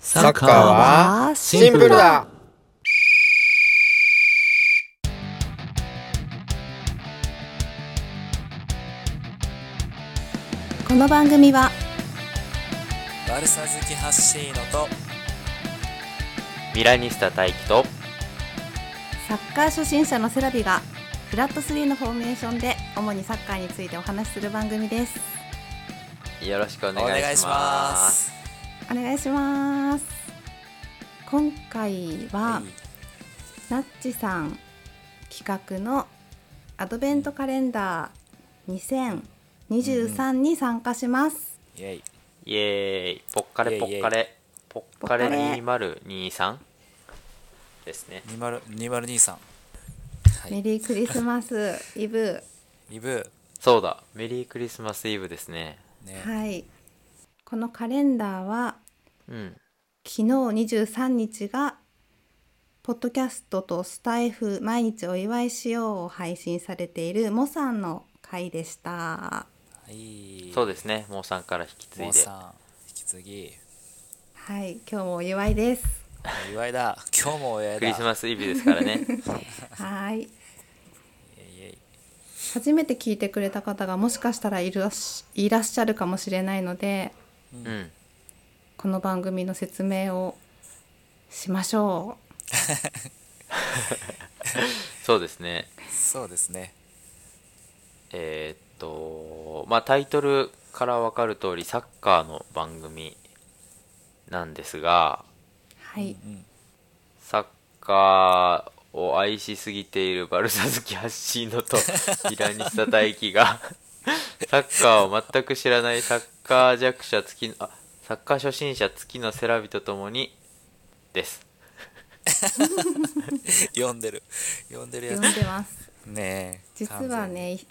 サッカーはシンプルだこの番組はバルサ好きハッシーノとミラニスタ大輝とサッカー初心者のセラビがフラット3のフォーメーションで主にサッカーについてお話しする番組ですよろしくおお願願いいししまますす。お願いします今回はナッチさん企画のアドベントカレンダー2023に参加します、イエイ。イエーイポッカレポッカレポッカレ2023ですね二丸二丸兄さん。はメい。リークリスマスイブイブそうだメリークリスマスイブですねね。はいこのカレンダーはうん昨日23日がポッドキャストとスタイフ毎日お祝いしようを配信されているモさんの回でしたはい。そうでですねモーさんから引き継いモーでさん引き継ぎ。はい今日もお祝い ですお祝いだ。 今日もお祝いだ。クリスマスイブですから ねはいイエイイエイ初めて聞いてくれた方がもしかしたらいらっしいらっしゃるかもしれないのでうんこの番組の説明をしましょうそうですねそうですね。 えーっとまあタイトルから分かる通りサッカーの番組なんですがはい、うん。サッカーを愛しすぎているバルサ好きハッシーノ とイラニスタ大輝が サッカーを全く知らないサッカー弱者月のあサッカー初心者月のセラビとともにです読んでる。読んでるや読んでますつ。ねえ。実はね完い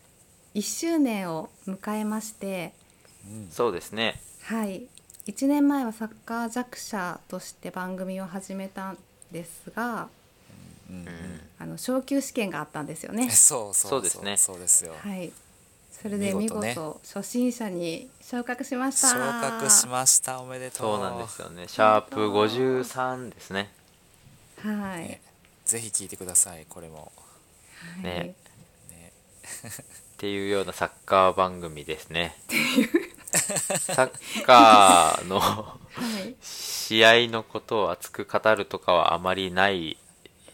1周年を迎えまして全に。うんそうですねはい1年前はサッカー弱者として番組を始めたんですがうんうん。あの昇級試験があったんですよねそうそうそうですねそうですよ。はいそれで見見事事ね初心者に昇格しました昇格しました。おめでとそう。うなんですよねシャープ53ですねはい、ねぜひ聞いてください。これも。はいねね。っていうようなサッカー番組ですねサッカーのはい試合のことを熱く語るとかはあまりない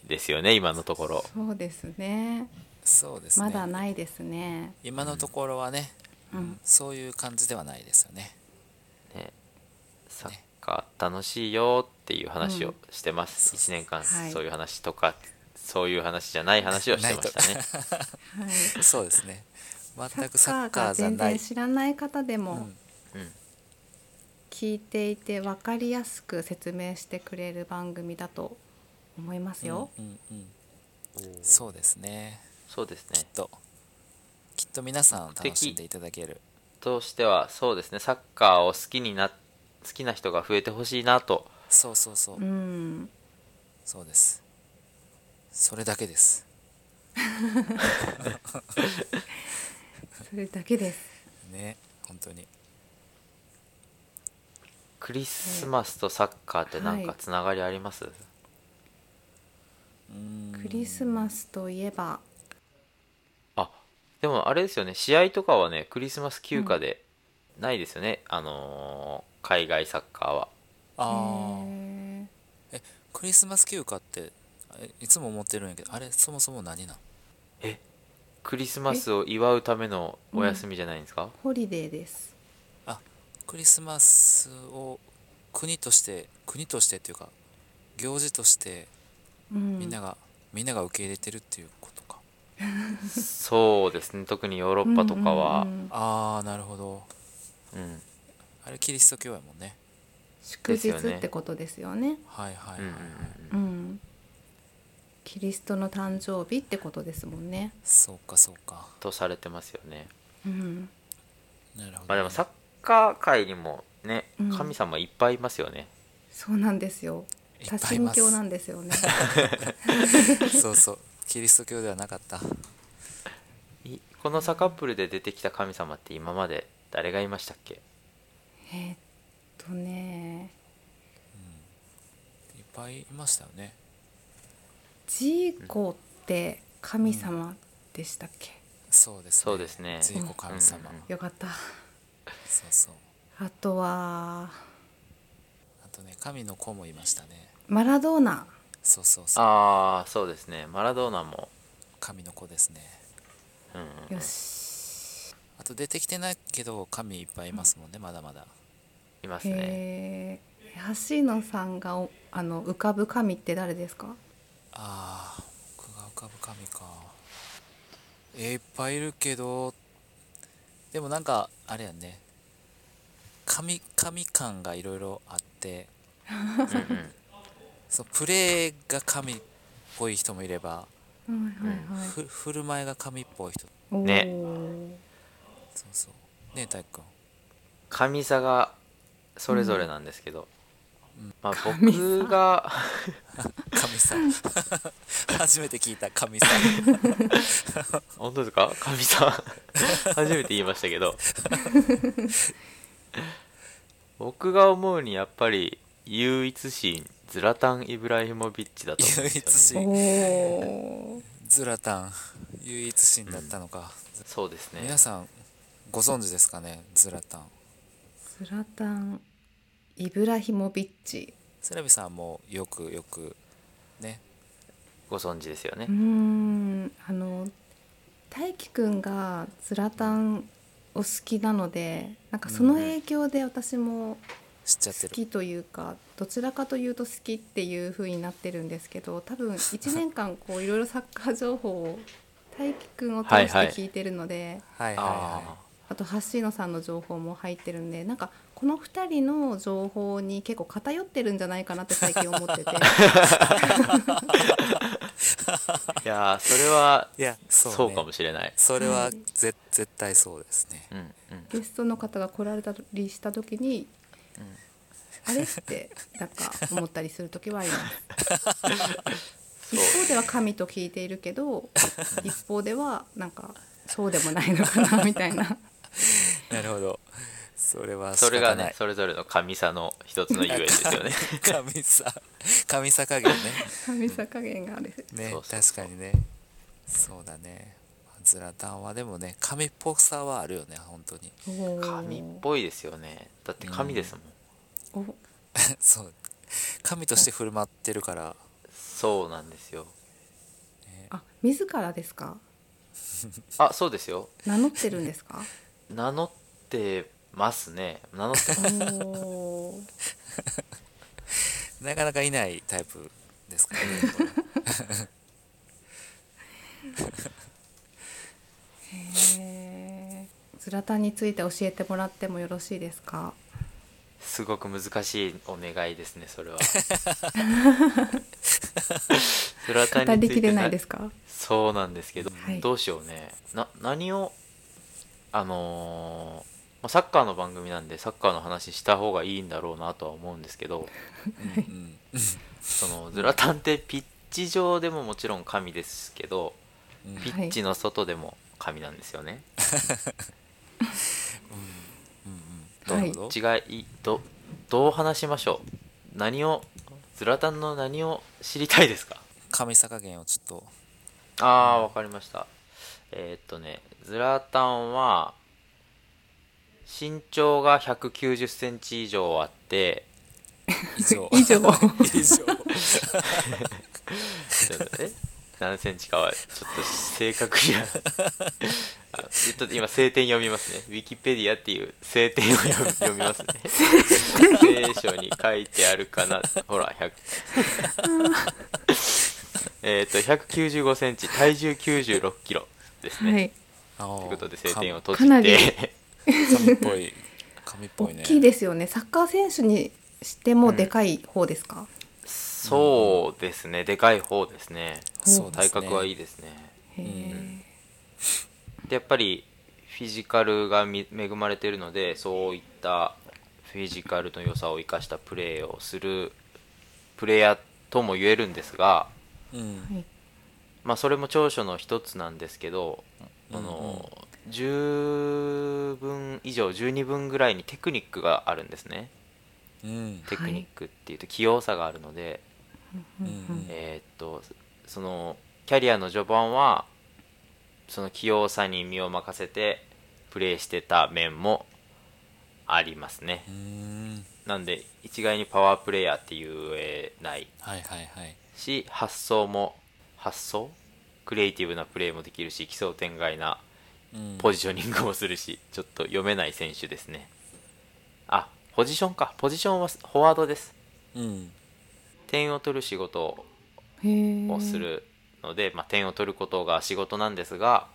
ですよね今のところそうですねそうですね。まだないですね今のところはね、うんそういう感じではないですよね。ね、サッカー楽しいよっていう話をしてます、うん1年間はいそういう話とか、そういう話じゃない話をしてましたねはい そうですね。全くササッッカカーーじゃ全ない然。知らない方でうもんうん聞いていて分かりやすく説明してくれる番組だと思いますよ、うんうんうんそうですね。そうですきっねと、きっと皆さん楽しんでいただける。としてはそうですねサッカーを好きにな好きな人が増えてほしいなとそうそうそう、うん、そうです。それだけです。それだけです。ね、本当に。クリスマスとサッカーってなんかつながりあります、うんクリスマスといえば、あでもあれですよね試合とかはねクリスマス休暇でないですよね、あのー海外サッカーはああ、えクリスマス休暇って、えいつも思ってるんやけど、あれ、そもそも何なんクリスマスを祝うためのお休みじゃないんですか、ーホリデーです。あクリスマスを国として国としてっていうか行事としてうん、みんなが、みんなが受け入れてるっていうことかそうですね特にヨーロッパとかは、うんうんうんああなるほどうんあれキリスト教やもんね祝です日よねってことですよね。はいはいはい、うんうんうんうん、キリストの誕生日ってことですもんね。そうかそうかとされてますよね。うん、なるほど、ね、まあでもサッカー界にもねうん神様いっぱいいますよね。そうなんですよ。いっ多ぱいい神ます教なんですよね。そうそうキリスト教ではなかったいこのサカップルで出てきた神様って今まで誰がいましたっけ？えーっとね、ぱいいましたよねジーコって神様でしたっけ、そうですねそうですねジーコ神様、うんうんよかったそうそうあとはあとね神の子もいましたねマラドーナそうそうそうああそうですねマラドーナも、神の子ですねうんうんよしあと出てきてないけど神いっぱいいますもんねまだまだいますねえー、橋野さんがおあの浮かぶ神って誰ですかああ僕が浮かぶ神かえーいっぱいいるけどでもなんかあれやね神神感がいろいろあってうんうんそのプレーが神っぽい人もいれば、はいはいはいふ振る舞いが神っぽい人おーねそうそうねえ大君神差がそれぞれなんですけど、まあ神差僕が神さ ん初めて聞いた神さん本当ですか神差 初めて言いましたけど僕が思うにやっぱり唯一神ズラタン・イブラヒモビッチだと思うんです唯よ、ね、お 一お神 ズラタン唯一神だったのか、そうですね皆さんご存知ですかねズラタンスラタンイブラヒモビッチセラビさんもよくよくねご存知ですよねうーんあの大輝くんがズラタンお好きなのでなんかその影響で私も知っちゃって好るきというかどちらかというと好きっていう風になってるんですけど多 分1年間こういろいろサッカー情報を大輝くんを通してはいはい聞いてるので、はいはいあはあと橋野さんの情報も入ってるんでなんかこの2人の情報に結構偏ってるんじゃないかなって最近思っててあいやーそれはいいやそ,、そうう,、ね、かもしれない、それはぜ絶対そうですねうんうん、ゲストの方が来られたりした時に、あれってなんか思ったりする時はありますう一方では神と聞いているけど一方ではなんかそうでもないのかなみたいななるほどそれは仕それ方がないねそれぞれの神差の一つのゆえんですよね 神さ神さ加減 ね神さ加減があるねそうそう確かにねそうだねズラタンはでもね神っぽさはあるよね本当に おー神っぽいですよねだって神ですもん、おそう神として振る舞ってるからそうなんですよあ自らですかあそうですよ名乗ってるんですか名乗ってますね名乗ってますおーなかなかいないタイプですかねへーズラタンについて教えてもらってもよろしいですかすごく難しいお願いですねそれ はそれは単語につりいてきれないですかそうなんですけど、はいどうしようねな何をあのーまあサッカーの番組なんでサッカーの話した方がいいんだろうなとは思うんですけどうんそのズラタンってピッチ上でももちろん神ですけどうんうんピッチの外でも神なんですよね、なるほど、違いどどう話しましょう何をズラタンの何を知りたいですか神さ加減をちょっとあーわかりましたえーっとねズラタンは身長が1 9 0ンチ以上あって以上以上以ちょ上っとえ何センチかはちょっと正確にはあちょっと今聖典読みますねウィキペディアっていう聖典を読み読みますね聖書に書いてあるかなほら100えっと1 9 5センチ体重9 6キロですね、はいあーということで聖典をか閉かなじりて神っぽい神っぽい大ねきいですよねサッカー選手にしてもでかい方ですか、そうですねでかい方ですねそうですね体格はいいですねへーでやっぱりフィジカルがみ恵まれているのでそういったフィジカルの良さを生かしたプレーをするプレイヤーとも言えるんですが、うんはいまあ、それも長所の一つなんですけど、あの10分以上12分ぐらいにテクニックがあるんですねうんテクニックっていうと器用さがあるので、うんうんえーっとそのキャリアの序盤はその器用さに身を任せてプレーしてた面もありますねうーんなんで一概にパワープレイヤーって言えないはいはいはいし発想も発想クリエイティブなプレーもできるし奇想天外なうんポジショニングもするしちょっと読めない選手ですねあポジションかポジションはフォワードですうん点を取る仕事をへえをするので、まあ、点を取ることが仕事なんですが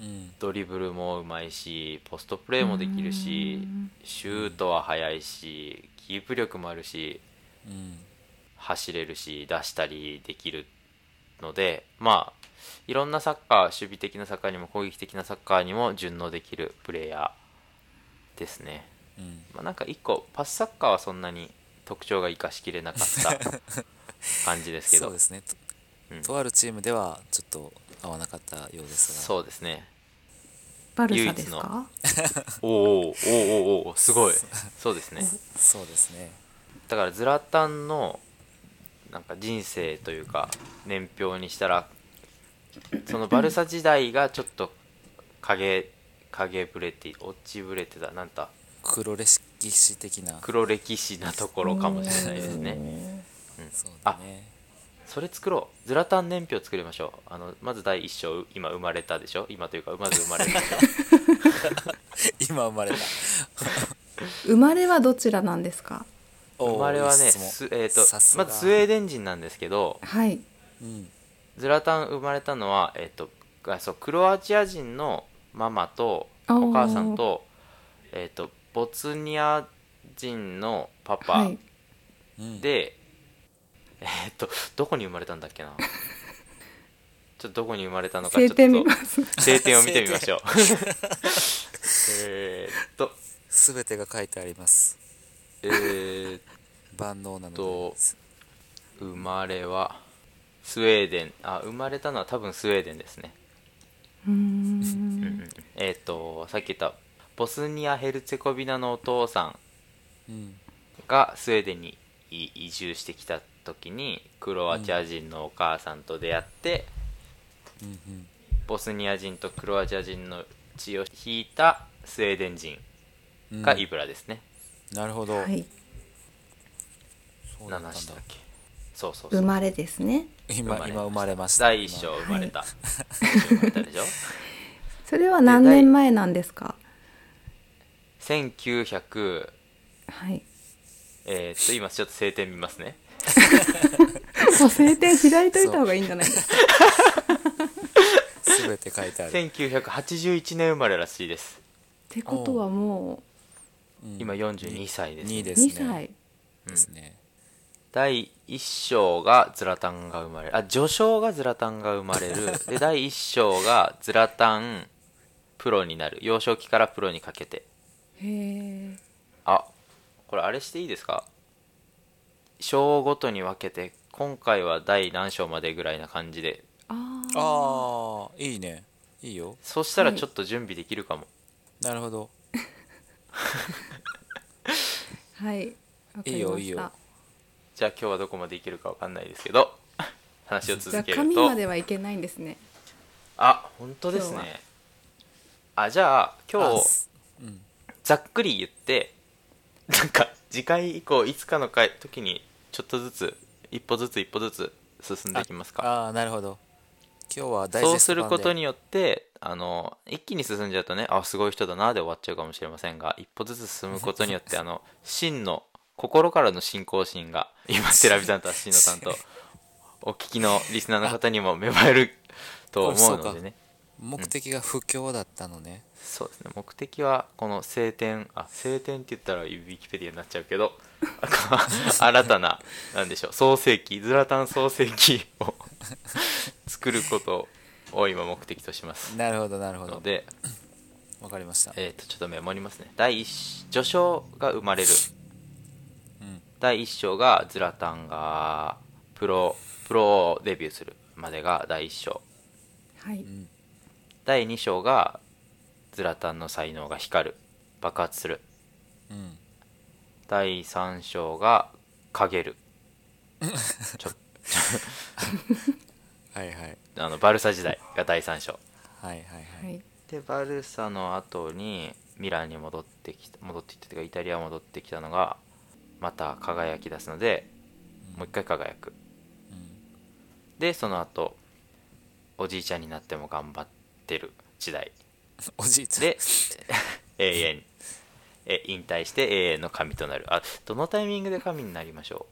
うんドリブルもうまいしポストプレーもできるしシュートは速いしキープ力もあるしうん走れるし出したりできるのでまあいろんなサッカー守備的なサッカーにも攻撃的なサッカーにも順応できるプレイヤーですね。うんまあ、なんか一個パスサッカーはそんなに特徴が生かしきれなかった感じですけそうどですねと,、うんとあるチームではちょっと合わなかったようですがそうですねバルサですかおおおーおーおーおーすごいそうですねそうですねだからズラタンのなんか人生というか年表にしたらそのバルサ時代がちょっと影影ぶれて落ちぶれてたなんだ黒歴史的な黒歴史なところかもしれないですねそうだねそれ作ろうズラタン年表作りましょうあのまず第一章今生まれたでしょ今というかまず生まれたでしょ今生まれた生まれはどちらなんですかおー生まれはねいい質問すえーとさすがまずスウェーデン人なんですけどはいうんズラタン生まれたのは、えっとあそうクロアチア人のママとあーお母さんと,、えっとボツニア人のパはパいうんで、えっとどこに生まれたんだっ けなちょっとどこに生まれたのかちょっ晴と天 見ます晴天を見てみま しょうえーっと全てが書いてありますえーっ万能なのとです生まれはスウェーデンあ生まれたのは多分スウェーデンですねうーうんんうんえっ、とさっき言ったボスニア・ヘルツェコビナのお父さんうんがスウェーデンにい移住してきた時にクロアチア人のお母さんと出会って、うんうんボスニア人とクロアチア人の血を引いたスウェーデン人うんがイブラですね、なるほど、はいそうだ何っのた話んだだっけそうそうそ生うまれですね今今生まれました第一章生まれた、第一章生まれたでしょそれは何年前なんですか1900はい えっ、と今ちょっと晴天見ますねもう晴天開いといた方がいいんじゃないですか今全て書いてある、 1981年生まれらしいですってことはもうん今42歳です、 2うですね2歳ですね第1章がズラタンが生まれるあ序章がズラタンが生まれ るで第1章がズラタンプロになる幼少期からプロにかけてへえあこれあれしていいですか章ごとに分けて今回は第何章までぐらいな感じであーああいいねいいよそしたらはいちょっと準備できるかも、なるほどはいわかいいりまよいいしよたじゃあ今日はどこまでいけるか分かんないですけど話を じゃ続あける紙とまではいけないんですねあ本当ですね今日あじゃあ今あ日すうんざっくり言ってなんか次回以降いつかの回時にちょっとずつ一歩ずつ一歩ずつ進んでいきますかああーなるほど今日は大そうすることによってあの一気に進んじゃうとねあすごい人だなで終わっちゃうかもしれませんが一歩ずつ進むことによってあの真の心からの信仰心が今テラビさんと真野さんとお聞きのリスナーの方にも芽生えると思うのでね目的が不況だったのね、そうですね目的はこの晴天あ晴天って言ったらウィキペディアになっちゃうけど 新たななんでしょう創世記ズラタン創世記を 作ることを今目的としますなるほどなるほのどで、わかりましたえー、とちょっとメモりますね第1序章が生まれるうん、第1章がズラタンがプロプロデビューするまでが第1章はいうん第2章がズラタンの才能が光る爆発するうん第3章が「かげる」ちょはいはいあのバルサ時代が第3章はいはいははいいでバルサの後にミランに戻ってきた戻ってきたというかイタリア戻ってきたのがまた輝き出すのでもう一回輝くうん でその後おじいちゃんになっても頑張ってる時代おじいちゃんで 永遠え引退して永遠の神となるあどのタイミングで神になりましょ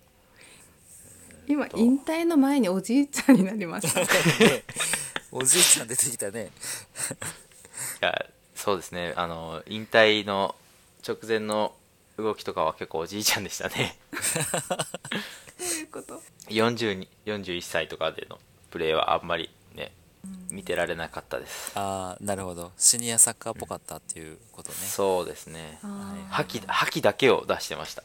今引退の前におじいちゃんになり ました おじいちゃん出てきたねういやそうですねあの引退の直前の動きとかは結構おじいちゃんでしたね そういうこと42 41歳とかでのプレーはあんまりね見てられなかったですああなるほどシニアサッカーっぽかったっていうことね、そうですねあー覇気覇気だけを出してました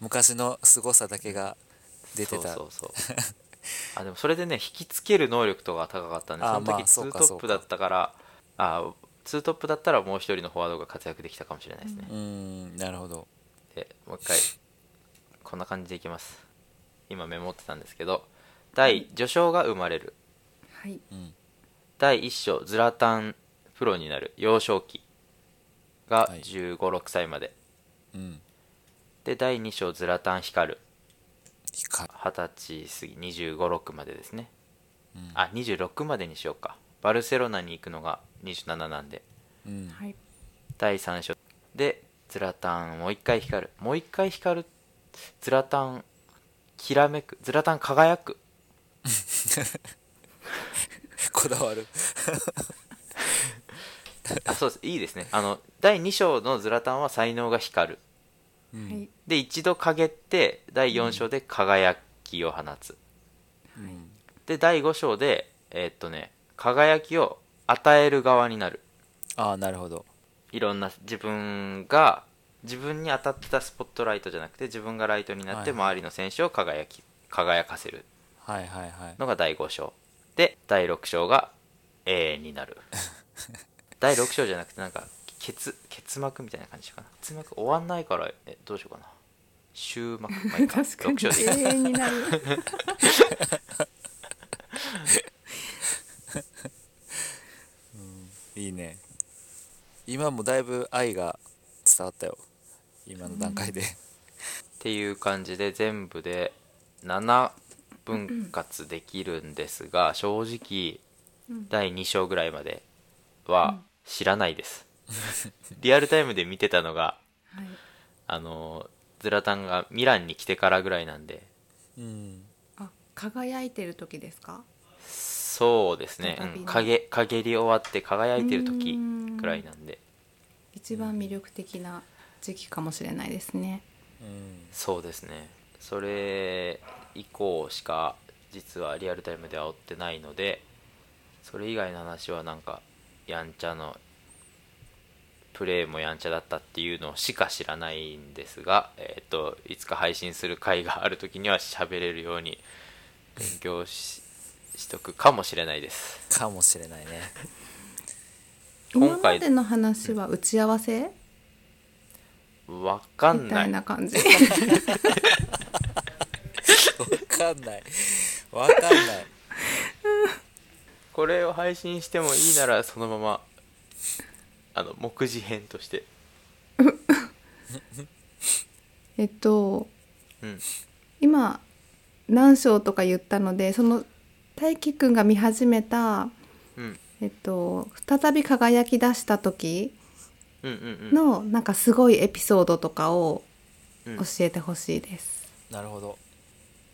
昔の凄さだけが出てたそうそうそう あでもそれでね引きつける能力とか高かったんでそあのま時あツそーうトかップだったからあツートップだったらもう一人のフォワードが活躍できたかもしれないですね、うーんなるほどでもう一回こんな感じでいきます今メモってたんですけど第序章が生まれるはいうん第1章ズラタンプロになる幼少期がはい1 5 6歳までうんで第2章ズラタン光る光二十歳過ぎ2 5 6までですねうんあ26までにしようかバルセロナに行くのが27なんでうんはい第3章でズラタンもう一回光るもう一回光るズラタンきらめくズラタン輝くこだわるあそうですいいですねあの第2章のズラタンは才能が光るう んはいで一度陰って第4章で輝きを放つうんで第5章でえーっとね輝きを与える側になるああなるほどいろんな自分が自分に当たってたスポットライトじゃなくて自分がライトになってはいは周りの選手を輝き輝かせるはいはいはいのが第5章で第6章が永遠に なる第6章じゃなくてなんか結結膜みたいな感じかな結膜終わんないからえどうしようかな終幕まあいいか 確かに6章でいい永遠になるいいね今もだいぶ愛が伝わったよ今の段階でっていう感じで全部で7分割できるんですが正直うん第2章ぐらいまでは知らないです、リアルタイムで見てたのがはいあのズラタンがミランに来てからぐらいなんでうんあ輝いてる時ですかそうですね、再びねうん、陰陰り終わって輝いてる時ぐらいなんで一番魅力的な時期かもしれないですねうんそうですねそれ以降しか実はリアルタイムでは追ってないのでそれ以外の話はなんかやんちゃのプレーもやんちゃだったっていうのしか知らないんですが、えっといつか配信する回がある時には喋れるように勉強ししとくかもしれないですかもしれないね今今ま回での話は打ち合わせわかんみたないいな感じ わかんないわかんないこれを配信してもいいならそのままあの目次編としてえっとうん今何章とか言ったのでその大輝くんが見始めた、うんえっと、再び輝き出した時うんうんうんのなんかすごいエピソードとかをうん教えてほしいです。なるほど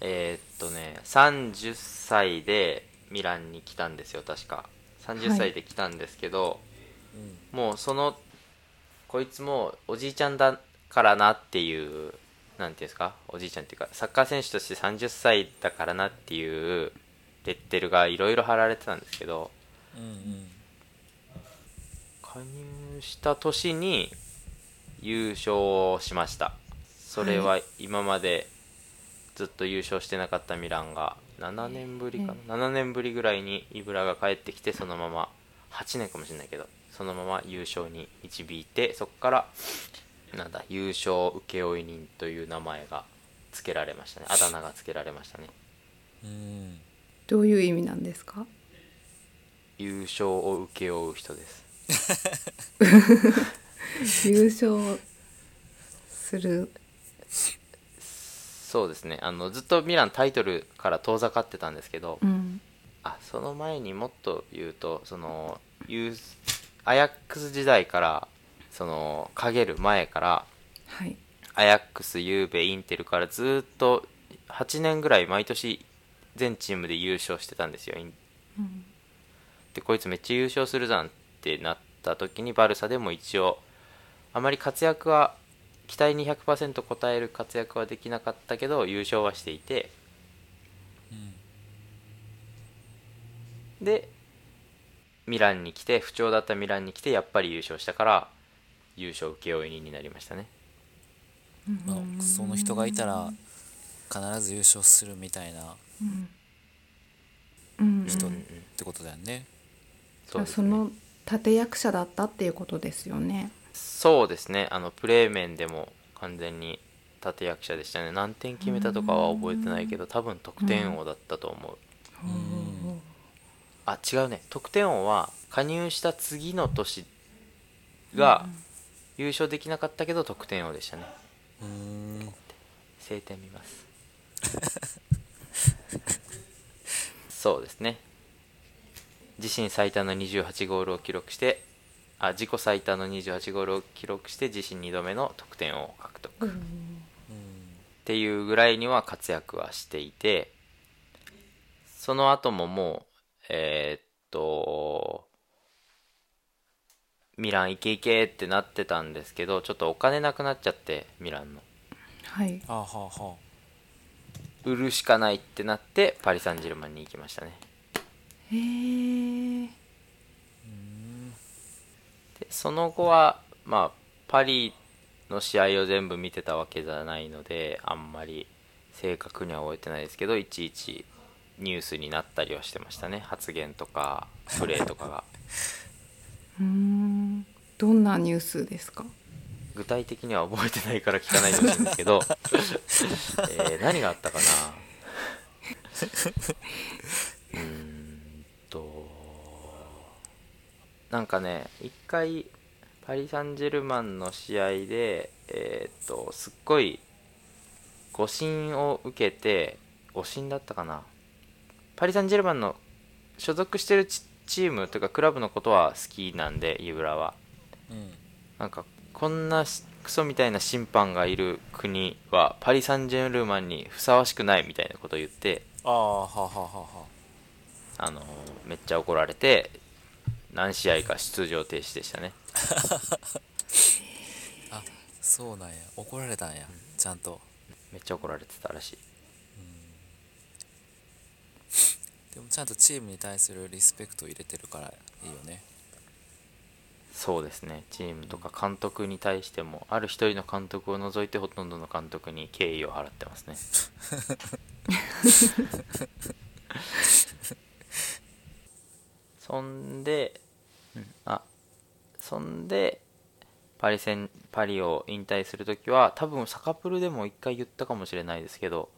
えーっとね30歳でミランに来たんですよ確かは30い歳で来たんですけど、うんもうそのこいつもおじいちゃんだからなっていうなんていうんですかおじいちゃんっていうかサッカー選手として30歳だからなっていうレッテルがいろいろ貼られてたんですけどうん加入した年に優勝しましたそれは今までずっと優勝してなかったミランが7年ぶりかな7年ぶりぐらいにイブラが帰ってきてそのまま8年かもしれないけどそのまま優勝に導いてそこからなんだ優勝請負人という名前がつけられましたねあだ名がつけられましたねうんどういう意味なんです か優勝を請け負う人です優勝するそうですねあのずっとミランタイトルから遠ざかってたんですけど、うんあその前にもっと言うとそのユースアヤックス時代からそのかげる前からはいアヤックスユーベインテルからずっと8年ぐらい毎年全チームで優勝してたんですよインうんでこいつめっちゃ優勝するじゃんってなった時にバルサでも一応あまり活躍は期待に100%応える活躍はできなかったけど優勝はしていてうんでミランに来て不調だったミランに来てやっぱり優勝したから優勝請負人になりましたねまあ、その人がいたら必ず優勝するみたいなうんうん人っうんうんてことだよね。そうですそねの立役者だったっていうことですよね。そうですねあのプレー面でも完全に立役者でしたね何点決めたとかは覚えてないけど多分得点王だったと思ううんあ違うね得点王は加入した次の年が優勝できなかったけど得点王でしたねうーん晴天見ますそうですね自身最多の28ゴールを記録してあ自己最多の28ゴールを記録して自身2度目の得点王を獲得、っうんていうぐらいには活躍はしていてその後ももうえーっとミラン行け行けってなってたんですけどちょっとお金なくなっちゃってミランのはい。あはあは売るしかないってなってパリ・サンジェルマンに行きましたねへえ。でその後はまあパリの試合を全部見てたわけじゃないのであんまり正確には覚えてないですけどいちいちニュースになったりはしてましたね発言とかプレーとかがうーん。どんなニュースですか。具体的には覚えてないから聞かないでほしいんですけど、えー何があったかなうーんとなんかね一回パリ・サンジェルマンの試合でえーっとすっごい誤審を受けて誤審だったかなパリ・サンジェルマンの所属してるチチームというかクラブのことは好きなんでイブラはあ。うんなんかこんなしクソみたいな審判がいる国はパリ・サンジェルマンにふさわしくないみたいなことを言って、ああはあはあはあはあのーめっちゃ怒られて何試合か出場停止でしたねあ。あそうなんや怒られたんやちゃんと。めっちゃ怒られてたらしいでもちゃんとチームに対するリスペクトを入れてるからいいよね。そうですねチームとか監督に対してもある一人の監督を除いてほとんどの監督に敬意を払ってますねそんであそんでパリ戦パリを引退する時は多分サカプルでも一回言ったかもしれないですけど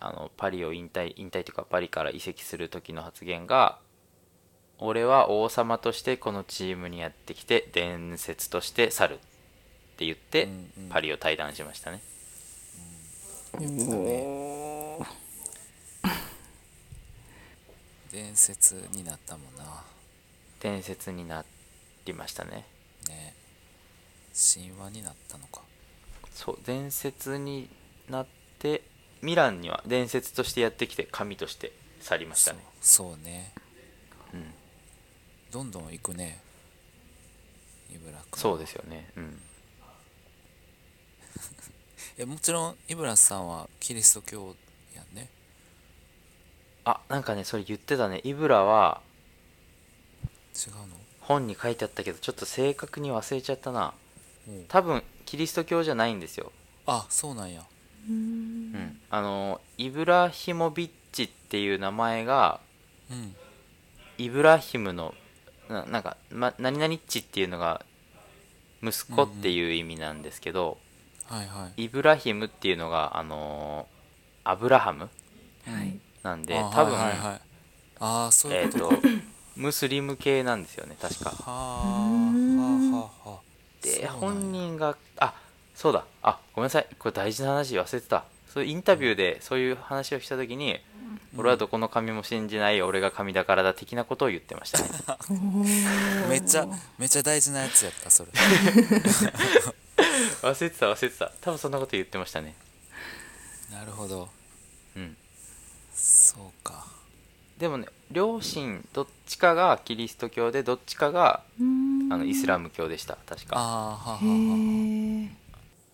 あのパリを引退引退というかパリから移籍する時の発言が俺は王様としてこのチームにやってきて伝説として去るって言って、うんうんパリを退団しましたね言ってたね。伝説になったもんな。伝説になりましたねね神話になったのか。そう伝説になってミランには伝説としてやってきて神として去りましたねそうそうね。うんどんどん行くね。イブラ君。そうですよねうんえもちろんイブラさんはキリスト教やんねあなんかねそれ言ってたねイブラは違うの本に書いてあったけどちょっと正確に忘れちゃったなうん多分キリスト教じゃないんですよあそうなんやうん。うんあのイブラヒモビッチっていう名前がうんイブラヒムのななんか、ま、何々っちっていうのが息子っていう意味なんですけど、はいはいイブラヒムっていうのがあのーアブラハムはいなんであ多分、はいはいはいああそういえうっ、こととムスリム系なんですよね確かはあはあはあはあそでうなんや本人があそうだあごめんなさいこれ大事な話忘れてたそういうインタビューでそういう話をした時に、俺はどこの神も信じない俺が神だからだ的なことを言ってま したねめっちゃめっちゃ大事なやつやった それ忘れてた忘れてた多分そんなこと言ってましたねなるほどうんそうかでもね両親どっちかがキリスト教でどっちかがあのイスラム教でした確ああかはあはあへはあー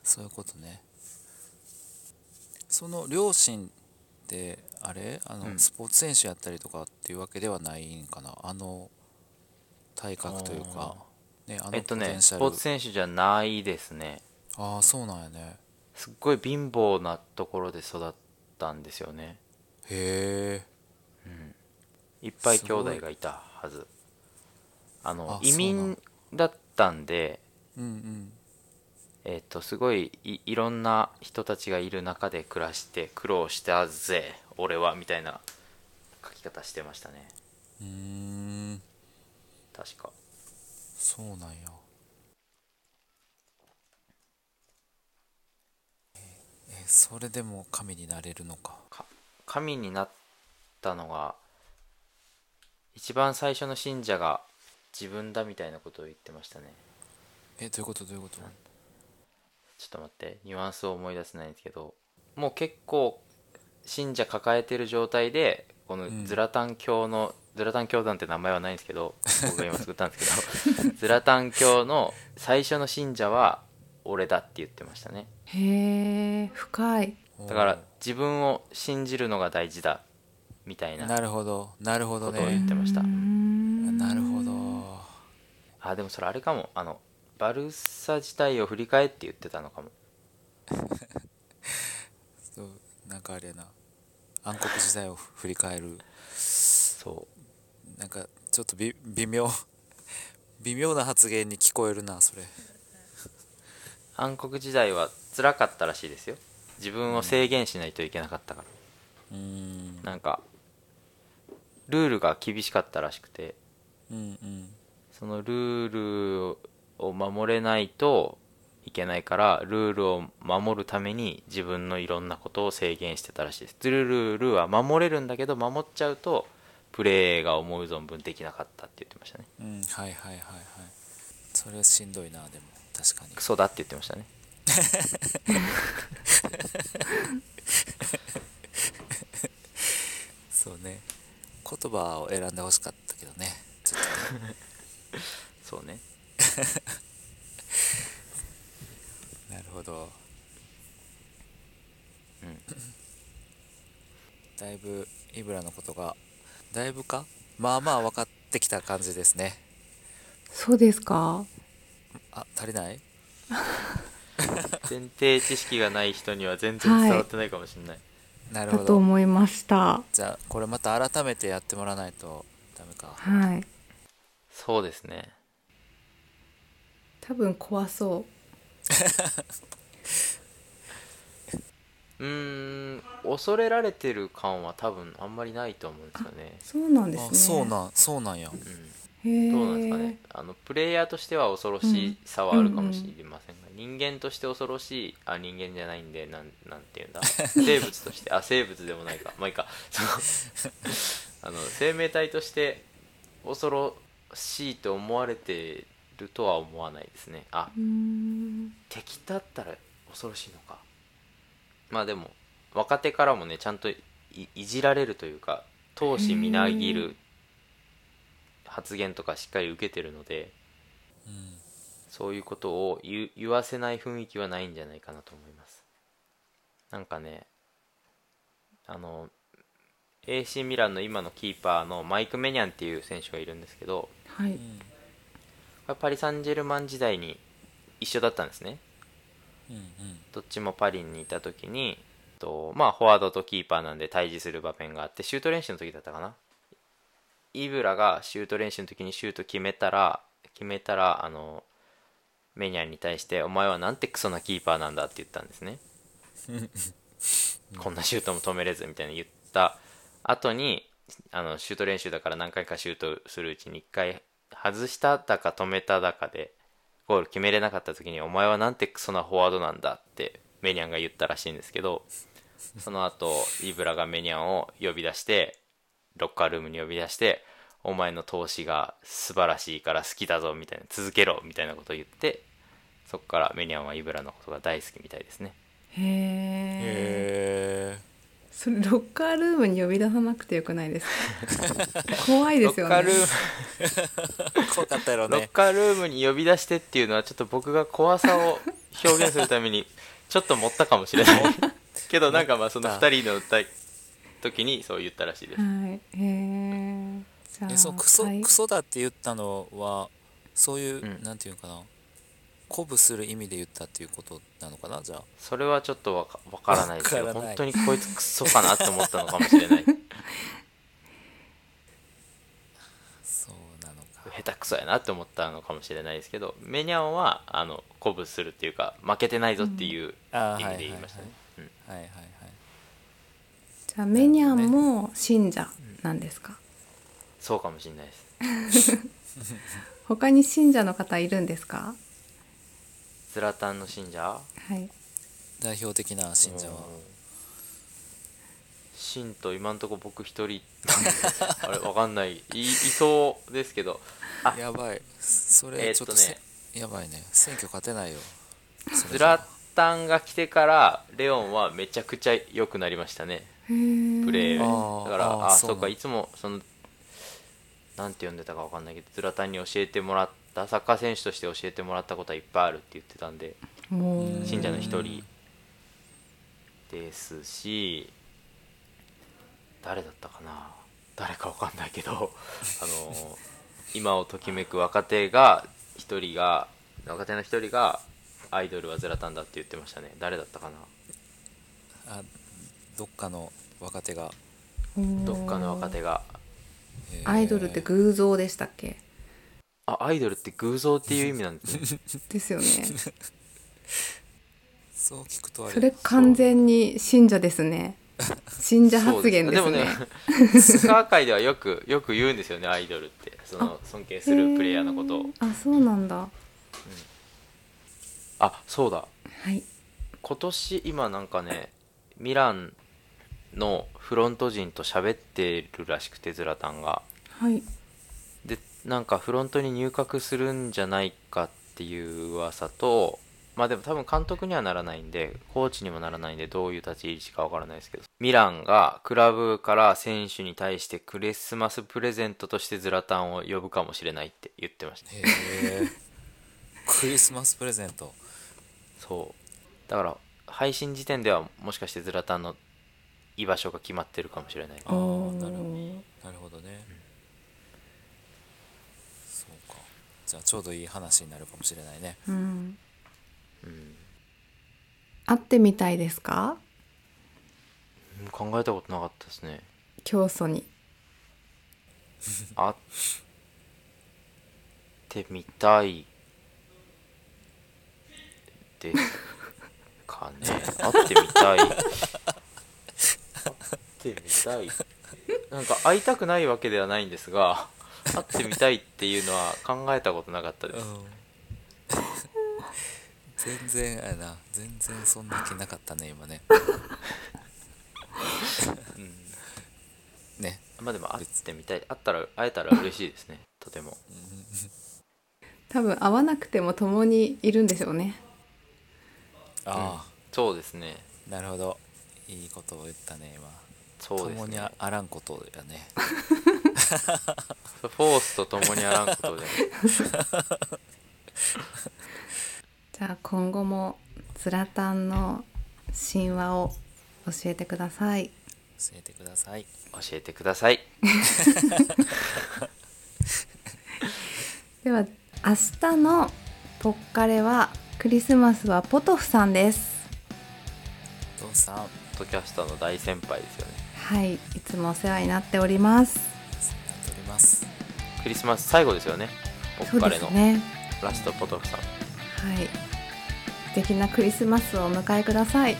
そういうことねその両親ってあれあの、うんスポーツ選手やったりとかっていうわけではないんかなあの体格というかねあえのっとポテねンシスャポール、ツ選手じゃないですねああそうなんやねすっごい貧乏なところで育ったんですよねへえいっぱいす兄ごい弟がいたはずあのあ移そうな民んだったんでうんうんえっとすごいいいろんな人たちがいる中で暮らして苦労したぜ俺はみたいな書き方してましたねうーん確かそうなんやえーそれでも神になれるのかか神になったのが一番最初の信者が自分だみたいなことを言ってましたねえどういうことどういうことちょっと待ってニュアンスを思い出せないんですけどもう結構信者抱えてる状態でこのんズラタン教の、ズラタン教団って名前はないんですけど僕が今作ったんですけど ズラタン教の最初の信者は俺だって言ってましたねへえ深いおーだから自分を信じるのが大事だみたいななるほどなるほどことを言っねてました、なるほどあでもそれあれかもあのバルサ自体を振り返って言ってたのかもそうなんかあれやな暗黒時代を振り返るそなんかちょっとび微妙 微妙な発言に聞こえるなそれう暗黒時代は辛かったらしいですよ自分を制限しないといけなかったから、うーんなんかルールが厳しかったらしくてうんうんそのルールを守れないといけないからルールを守るために自分のいろんなことを制限してたらしいですルールは守れるんだけど守っちゃうとプレーが思う存分できなかったって言ってましたねうんはいはいはいはいそれはしんどいなでも確かにクソだって言ってましたねそうね言葉を選んでほしかったけどねちょっとそうねなるほど、 うんだいぶイブラのことがだいぶかまあまあ分かってきた感じですねそうですかあ足りない前提知識がない人には全然伝わってないかもしれない、なるだほとど思いましたじゃあこれまた改めてやってもらわないとダメかはいそうですね多分怖そううーん恐れられてる感は多分あんまりないと思うんですよねそうなんですあねそうなんそうなんやうんへえどうなんですかねあのプレイヤーとしては恐ろしさはあるかもしれませんが、人間として恐ろしいあ人間じゃないんでなんなんていうんだ生物としてあ生物でもないかまあいいかそのあの生命体として恐ろしいと思われてるとは思わないですねあうーん敵だったら恐ろしいのかまあでも若手からもねちゃんといいじられるというか闘志みなぎる発言とかしっかり受けてるのでうんそういうことを言う言わせない雰囲気はないんじゃないかなと思いますなんかねあの AC ミランの今のキーパーのマイク・メニャンっていう選手がいるんですけどはういんパリ・サンジェルマン時代に一緒だったんですねうんどっちもパリにいた時にと、まあ、フォワードとキーパーなんで対峙する場面があってシュート練習の時だったかなイブラがシュート練習の時にシュート決めたら決めたらあのメニャンに対して「お前はなんてクソなキーパーなんだ」って言ったんです ねこんなシュートも止めれずみたいに言った後にあのシュート練習だから何回かシュートするうちに1回外しただか止めただかでゴール決めれなかった時に「お前はなんてクソなフォワードなんだ」ってメニャンが言ったらしいんですけどその後イブラがメニャンを呼び出してロッカールームに呼び出して「お前の投資が素晴らしいから好きだぞ」みたいな「続けろ」みたいなことを言ってそこからメニャンはイブラのことが大好きみたいですねへえへえそれロッカールームに呼び出さなくてよくないで すか怖いですよねロッカールーム怖かったやろロッねカールームに呼び出してっていうのはちょっと僕が怖さを表現するため にちょっと持ったかもしれないけどなんかまあその2人の歌い時にそう言ったらしいですはいへえじゃあえそのクソはいクソだって言ったのはそういう、うんなんていうのかな鼓舞する意味で言ったっていうことなのかなじゃあそれはちょっとわかわからないですけどわからない本当にこいつクソかなって思ったのかもしれない そうなのか下手くそやなって思ったのかもしれないですけどメニャンはあの鼓舞するっていうか負けてないぞっていうあー意味で言いましたね、うんはいはいはいはいじゃあメニャンも信者なんですか、そうかもしれないです他に信者の方いるんですかズラタンの信者はい代表的な信者は信と今んとこ僕一人あれわかん ないいいそうですけどあやばいそえーれっちょとっと,、ねやばいね選挙勝てないよそズれじゃラタンが来てからレオンはめちゃくちゃ良くなりましたねへえプレあーーだからあーあそそうなうんかだいつもそのなんて呼んでたかわかんないけどズラタンに教えてもらったサッカー選手として教えてもらったことはいっぱいあるって言ってたんでもう信者の一人ですし誰だったかな誰かわかんないけどあの今をときめく若手が一人が若手の一人がアイドルはズラタンだって言ってましたね誰だったかなあどっかの若手が、うんどっかの若手がえーアイドルって偶像でしたっけあアイドルって偶像っていう意味なんですねです よねそう聞くとあれそれ完全に信者ですね信者発言ですそうもねねサッカー界ではよくよく言うんですよねアイドルってその尊敬するプレイヤーのことをへえあそうなんだはあそうだい今年今なんかねミランのフロント陣と喋ってるらしくてズラタンがはいでなんかフロントに入閣するんじゃないかっていう噂とまあでも多分監督にはならないんでコーチにもならないんでどういう立ち位置かわからないですけどミランがクラブから選手に対してクリスマスプレゼントとしてズラタンを呼ぶかもしれないって言ってましたへえクリスマスプレゼントそうだから配信時点ではもしかしてズラタンの居場所が決まってるかもしれないああおなるほどーなるほどね、そうかじゃあちょうどいい話になるかもしれないねうんうん会ってみたいですかうん考えたことなかったですね教祖に会ってみたいですか ね会ってみたい会ってみたいなんか会いたくないわけではないんですが会ってみたいっていうのは考えたことなかったです全然あれな全然そんな気なかったね今ねねまあでも会ってみたい会ったら会えたら嬉しいですねとても多分会わなくても共にいるんでしょうねああ、そうですねなるほどいいことを言ったね今そうで共すにねああらんことやねフォースと共にあらんことでじゃあ今後もズラタンの神話を教えてください教えてください教えてくださいでは明日のポッカレはクリスマスはポトフさんですお父さんポッドキャスターの大先輩ですよねはいいつもお世話になっておりますやっておりますクリスマス最後ですよねポそッうカでレのすねラストポトフさん、ははい素敵なクリスマスをお迎えください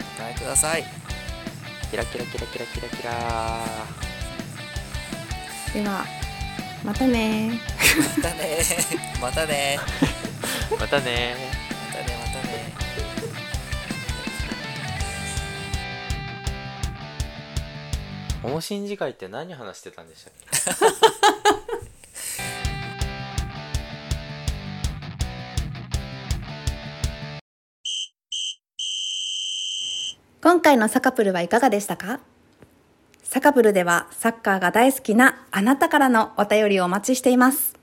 お答えくださいキラキラキラキラキラキラではまたね またねまたねまたねまたねまたねおもしん次会って何話してたんでしたっけ今回のサカプルはいかがでしたかサカプルではサッカーが大好きなあなたからのお便りをお待ちしています。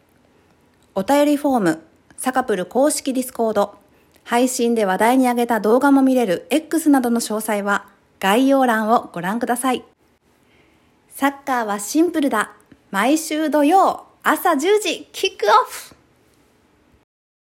お便りフォーム、サカプル公式ディスコード、配信で話題に上げた動画も見れる X などの詳細は概要欄をご覧ください。サッカーはシンプルだ。毎週土曜朝10時キックオフ